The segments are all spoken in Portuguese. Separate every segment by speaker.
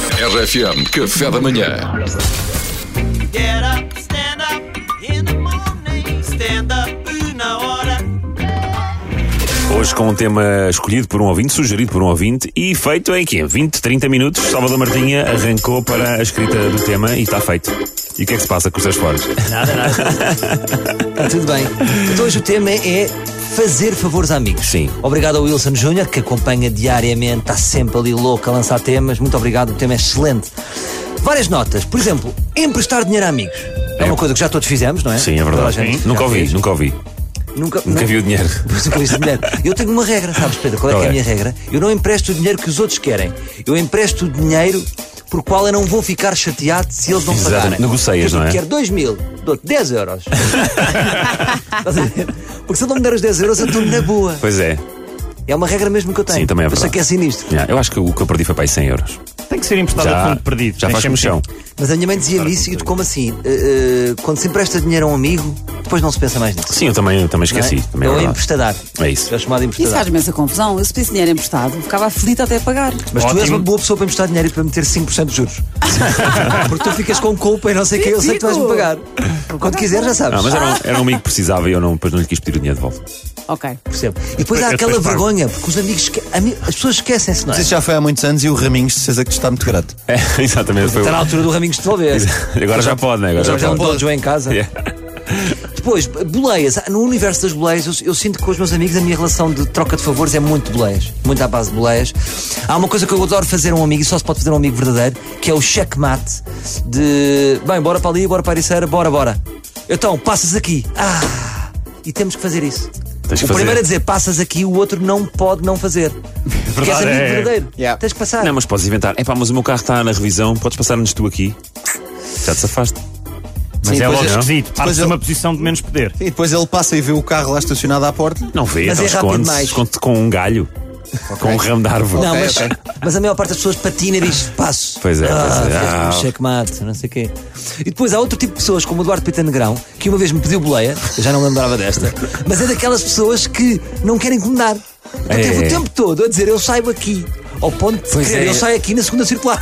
Speaker 1: RFM, café da manhã.
Speaker 2: Get up, stand up in the morning. Stand up na hora.
Speaker 3: Hoje com um tema escolhido por um ouvinte, sugerido por um ouvinte e feito em quê? 20, 30 minutos. Salvador Martinha arrancou para a escrita do tema e está feito. E o que é que se passa com os seus foros?
Speaker 4: Nada, nada. Está tudo bem. Então hoje o tema é fazer favores a amigos.
Speaker 3: Sim.
Speaker 4: Obrigado ao Wilson Júnior, que acompanha diariamente, está sempre ali louco a lançar temas. Muito obrigado, o tema é excelente. Várias notas. Por exemplo, emprestar dinheiro a amigos. É, uma coisa que já todos fizemos, não é?
Speaker 3: Sim, é
Speaker 4: Toda a
Speaker 3: verdade.
Speaker 4: gente já
Speaker 3: Nunca ouvi,
Speaker 4: fez.
Speaker 3: nunca ouvi.
Speaker 4: Nunca,
Speaker 3: Nunca
Speaker 4: não-
Speaker 3: vi o dinheiro.
Speaker 4: Mas o que eu disse de dinheiro. Eu tenho uma regra, sabes, Pedro? Qual é,
Speaker 3: Qual
Speaker 4: que é
Speaker 3: é?
Speaker 4: a minha regra? Eu não empresto o dinheiro que os outros querem. Eu empresto o dinheiro por qual eu não vou ficar chateado se eles não
Speaker 3: Exato.
Speaker 4: pagarem.
Speaker 3: Negocias,
Speaker 4: Quer dizer,
Speaker 3: não é?
Speaker 4: Quero 2 mil, dou-te 10 euros. Estás a ver? Porque se eu não me der os 10 euros, eu estou na boa.
Speaker 3: Pois é.
Speaker 4: É uma regra mesmo que eu tenho.
Speaker 3: Sim, também é
Speaker 4: Eu sei
Speaker 3: verdade.
Speaker 4: que é sinistro.
Speaker 3: Yeah, Eu acho que o que eu perdi foi para aí 100 euros.
Speaker 5: Tem que ser emprestado a fundo perdido.
Speaker 3: já
Speaker 5: Tem
Speaker 3: faz
Speaker 5: sempre
Speaker 3: chão.
Speaker 4: Mas a minha mãe dizia-me isso e eu, como assim? eh, eh, quando se empresta dinheiro a um amigo, depois não se pensa mais nisso.
Speaker 3: Sim, eu também, eu também
Speaker 4: não é?
Speaker 3: esqueci. Também é
Speaker 4: é o
Speaker 3: verdade.
Speaker 4: emprestadar.
Speaker 3: É isso.
Speaker 4: É o chamado
Speaker 6: Isso
Speaker 4: emprestadar.
Speaker 6: faz imensa confusão. Eu se pedisse dinheiro emprestado, ficava aflita até pagar.
Speaker 4: Mas tu és
Speaker 5: Ótimo.
Speaker 4: uma boa pessoa para emprestar dinheiro e para meter 5% de juros. Porque tu ficas com culpa e não sei o que, eu sei que tu vais-me pagar. Quando quiser, já sabes.
Speaker 3: Ah, mas era um, era um amigo que precisava e eu não, depois não lhe quis pedir o dinheiro de volta.
Speaker 6: Ok.
Speaker 4: Percebo. Ah. E depois há
Speaker 5: Eu
Speaker 4: aquela
Speaker 5: depois pago.
Speaker 4: vergonha, porque os amigos, esque- ami- as pessoas esquecem-se, não é?
Speaker 7: Mas isso já foi há muitos anos e o Raminhos, de certeza que te está muito grato.
Speaker 3: É, exatamente. Foi...
Speaker 4: Está na altura do Raminhos devolver.
Speaker 3: Agora já pode, né? Agora já
Speaker 4: Já estão
Speaker 3: pode.
Speaker 4: todos bem em casa.
Speaker 3: Yeah.
Speaker 4: Depois, boleias. Ah, No universo das boleias, eu, eu sinto que com os meus amigos a minha relação de troca de favores é muito de boleias. Muito à base de boleias. Há uma coisa que eu adoro fazer a um amigo, e só se pode fazer a um amigo verdadeiro, que é o checkmate de bem, bora para ali, bora para a Ericeira, bora, bora. Então, passas aqui. Ah! E temos que fazer isso.
Speaker 3: Tens que
Speaker 4: o
Speaker 3: fazer.
Speaker 4: primeiro a dizer passas aqui, o outro não pode não fazer. Porque és
Speaker 5: Verdade,
Speaker 4: amigo
Speaker 5: é.
Speaker 4: verdadeiro.
Speaker 7: Yeah.
Speaker 4: Tens que passar.
Speaker 3: Não, mas podes inventar. É pá, mas o meu carro está na revisão, podes passar-nos tu aqui. Já te safaste.
Speaker 5: Mas é
Speaker 7: depois
Speaker 5: logo
Speaker 7: eu-
Speaker 5: esquisito. Partes de
Speaker 7: eu-
Speaker 5: uma posição de menos poder.
Speaker 7: E depois ele passa e vê o carro lá estacionado à porta.
Speaker 3: Não vê,
Speaker 4: Mas
Speaker 3: então
Speaker 4: é rápido
Speaker 3: esconde-se.
Speaker 4: demais.
Speaker 3: Esconde-te com um galho. Com um ramo de árvore.
Speaker 4: Não,
Speaker 7: Ok,
Speaker 4: mas,
Speaker 7: ok.
Speaker 4: mas a maior parte das pessoas patina e diz passo.
Speaker 3: Pois é,
Speaker 4: ah,
Speaker 3: pois é.
Speaker 4: fez-me
Speaker 3: Ah.
Speaker 4: Um checkmate, não sei o quê. E depois há outro tipo de pessoas, como o Eduardo Pita Negrão, que uma vez me pediu boleia, eu já não lembrava desta, mas é daquelas pessoas que não querem incomodar. Então
Speaker 3: É.
Speaker 4: teve o tempo todo a dizer eu saio aqui. Ao ponto de
Speaker 3: é.
Speaker 4: querer, eu saio aqui na segunda circular.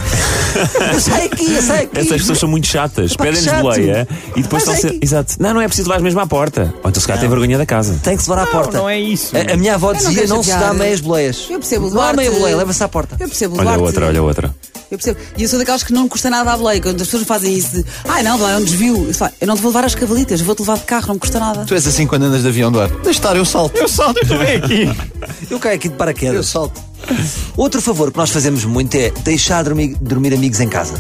Speaker 4: eu saio aqui, eu saio aqui.
Speaker 3: Essas pessoas são muito chatas.
Speaker 4: Epá, que
Speaker 3: Pedem-nos
Speaker 4: chato.
Speaker 3: boleia e depois estão
Speaker 4: Mas
Speaker 3: a
Speaker 4: é
Speaker 3: ser.
Speaker 4: que-
Speaker 3: Exato. Não, não é preciso, vais mesmo à porta. Ou então se calhar tem vergonha da casa.
Speaker 4: Tem que se levar à porta.
Speaker 5: não é isso.
Speaker 4: A, a minha avó
Speaker 6: Eu não
Speaker 4: dizia
Speaker 6: quero
Speaker 4: não, se dá
Speaker 6: chatear.
Speaker 4: meias boleias.
Speaker 6: Eu percebo,
Speaker 4: Não há
Speaker 6: Duarte.
Speaker 4: meia boleia, leva-se à porta.
Speaker 6: Eu percebo,
Speaker 3: Olha
Speaker 6: Duarte.
Speaker 3: outra, olha outra.
Speaker 6: Eu percebo. E eu sou daquelas que não custa nada à boleia. Quando as pessoas fazem isso de. Ai não, Duarte, é um desvio. Eu, falo, eu não te vou levar às cavalitas, vou-te levar de carro, não me custa nada.
Speaker 7: Tu és assim quando andas de avião do ar. Deixa estar, eu salto.
Speaker 5: Eu salto, eu estou bem aqui.
Speaker 4: Eu caio aqui de paraquedas.
Speaker 7: Eu salto.
Speaker 4: Outro favor que nós fazemos muito é deixar dormir, dormir amigos em casa.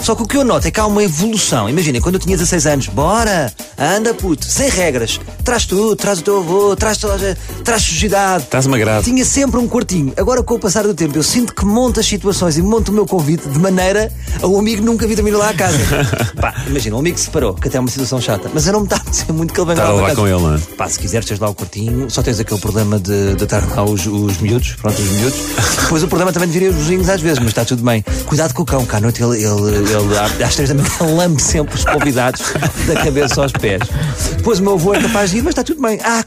Speaker 4: Só que o que eu noto é que há uma evolução. Imagina, quando eu tinha 16 anos, bora, anda puto, sem regras. Traz tu, traz o teu avô, traz toda a gente, traz sujidade.
Speaker 3: Traz uma grade.
Speaker 4: Tinha sempre um quartinho. Agora, com o passar do tempo, eu sinto que monto as situações e monto o meu convite de maneira a o amigo nunca vir dormir lá à casa. Pá, imagina, um amigo que se separou, que até é uma situação chata, mas eu não me está a dizer muito que ele venha
Speaker 3: Está a
Speaker 4: lá
Speaker 3: levar
Speaker 4: para casa.
Speaker 3: com ele, não é?
Speaker 4: Pá, se quiseres, tens lá o quartinho, só tens aquele problema de, de estar lá os, os miúdos, pronto, os miúdos. Depois o problema também de virem os vizinhos às vezes, mas está tudo bem. Cuidado com o cão, que à noite ele, ele, ele às três da manhã lambe sempre os convidados da cabeça aos pés. Depois o meu avô é capaz de ir, mas está tudo bem. Ah,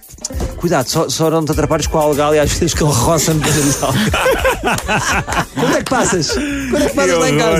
Speaker 4: cuidado, só, só não te atrapalhes com a algal e às vezes que ele roça-me para a alga. Quando é que passas? Quando é que passas lá em casa?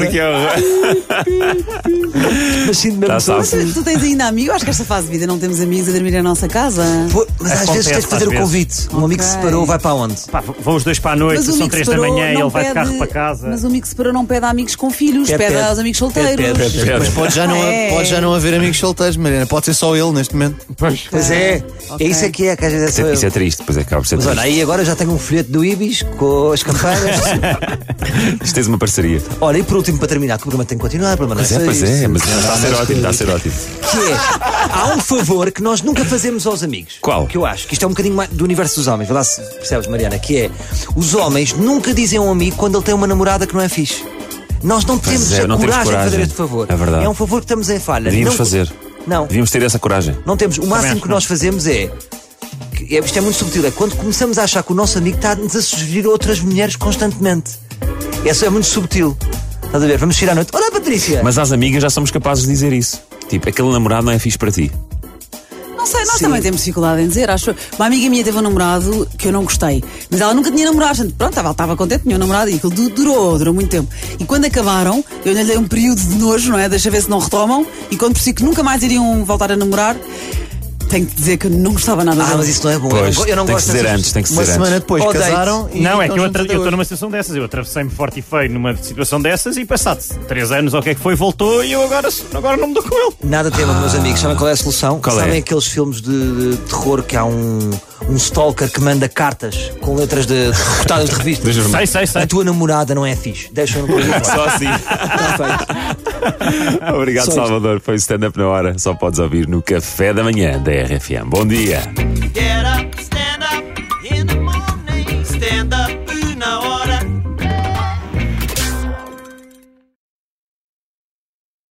Speaker 4: Mas sinto mesmo
Speaker 3: Tá
Speaker 4: que sou-
Speaker 3: sabe.
Speaker 6: Mas tu, tu tens ainda amigo? Eu Acho que esta fase de vida não temos amigos a dormir na nossa casa.
Speaker 4: Pô, Mas às vezes
Speaker 5: Acontece,
Speaker 4: tens de fazer
Speaker 5: às
Speaker 4: o
Speaker 5: vezes.
Speaker 4: convite. Um amigo que se
Speaker 6: Ok.
Speaker 4: separou vai para onde?
Speaker 5: Pá, vão os dois para a noite,
Speaker 6: Mas o
Speaker 5: são
Speaker 6: amigo que
Speaker 5: três da
Speaker 6: separou
Speaker 5: manhã e
Speaker 6: não
Speaker 5: ele vai de
Speaker 6: pede-
Speaker 5: carro para casa.
Speaker 6: Mas o amigo que separou não pede a amigos com filhos,
Speaker 4: Pede,
Speaker 6: pede,
Speaker 4: pede.
Speaker 6: aos amigos
Speaker 4: Pede,
Speaker 6: solteiros.
Speaker 4: pede, pede, pede.
Speaker 7: Mas pode já, não,
Speaker 6: É.
Speaker 7: pode já não haver amigos solteiros, Mariana. Pode ser só ele neste momento.
Speaker 4: Pois é,
Speaker 6: Ok.
Speaker 4: é isso aqui é que às vezes
Speaker 3: Isso
Speaker 4: é
Speaker 3: é,
Speaker 4: só
Speaker 3: isso é
Speaker 4: eu.
Speaker 3: triste, pois é, acaba por ser
Speaker 4: Mas olha,
Speaker 3: triste.
Speaker 4: aí agora já tenho um folheto do Ibis com as campanhas.
Speaker 3: Isto tens uma parceria.
Speaker 4: Olha, e por último, para terminar, que o programa tem que continuar, o programa
Speaker 3: Pois é,
Speaker 4: não
Speaker 3: pois
Speaker 4: só
Speaker 3: é,
Speaker 4: isto.
Speaker 3: mas está a ser ótimo, está a ser ótimo.
Speaker 4: Que é, há um favor que nós nunca fazemos aos amigos.
Speaker 3: Qual?
Speaker 4: Que eu acho que isto é um bocadinho mais do universo dos homens, vê lá se percebes, Mariana, que é os homens nunca dizem a um amigo quando ele tem uma namorada que não é fixe. Nós não temos
Speaker 3: é,
Speaker 4: a
Speaker 3: não temos
Speaker 4: coragem, de fazer
Speaker 3: coragem.
Speaker 4: este favor.
Speaker 3: É verdade.
Speaker 4: um favor que estamos em falha.
Speaker 3: Devíamos
Speaker 4: Não-
Speaker 3: fazer.
Speaker 4: Não.
Speaker 3: Devíamos ter essa coragem.
Speaker 4: Não temos. O máximo
Speaker 5: acho
Speaker 4: que nós fazemos é. que é- Isto é muito subtil. É quando começamos a achar que o nosso amigo está-nos a sugerir outras mulheres constantemente. Essa é muito subtil. Estás a ver? Vamos tirar à noite. Olha, Patrícia! Tá
Speaker 3: Mas às amigas já somos capazes de dizer isso. Tipo, aquele namorado não é fixe para ti.
Speaker 6: Não sei, nós
Speaker 4: Sim.
Speaker 6: também temos dificuldade em dizer. Acho. Uma amiga minha teve um namorado que eu não gostei, mas ela nunca tinha namorado. portanto, Pronto, ela estava contente, tinha um namorado e aquilo du- durou, durou muito tempo. E quando acabaram, eu lhe dei um período de nojo, não é? Deixa ver se não retomam. E quando percebi que nunca mais iriam voltar a namorar, tenho que dizer que eu não gostava nada
Speaker 4: Ah,
Speaker 6: dela.
Speaker 4: mas isso não é bom. eu não
Speaker 3: Pois,
Speaker 4: go- eu
Speaker 3: tem
Speaker 4: não
Speaker 3: que
Speaker 4: gosto
Speaker 3: se dizer
Speaker 4: dessas-
Speaker 3: antes, tem que se
Speaker 7: Uma
Speaker 3: dizer
Speaker 7: semana
Speaker 3: antes.
Speaker 7: depois
Speaker 4: Ou
Speaker 7: casaram e.
Speaker 5: Não, é
Speaker 7: estão juntos
Speaker 5: que eu atra-
Speaker 7: até
Speaker 5: eu estou
Speaker 7: hoje.
Speaker 5: numa situação dessas. Eu atravessei-me forte e feio numa situação dessas e passado três anos ou o que é que foi, voltou e eu agora, agora não me dou com ele.
Speaker 4: Nada tema, meus amigos. Sabem qual é a solução?
Speaker 3: Ah. Qual é?
Speaker 4: Sabem aqueles filmes de, de terror que há um, um stalker que manda cartas com letras de, de recortadas de revistas?
Speaker 3: Dois irmãos.
Speaker 5: Sei, sei, sei.
Speaker 4: A tua namorada não é fixe. Deixa-me
Speaker 3: Só assim. Obrigado,
Speaker 4: Só isto.
Speaker 3: Salvador. Foi o stand-up na hora. Só podes ouvir no café da manhã da RFM. Bom dia.
Speaker 2: Get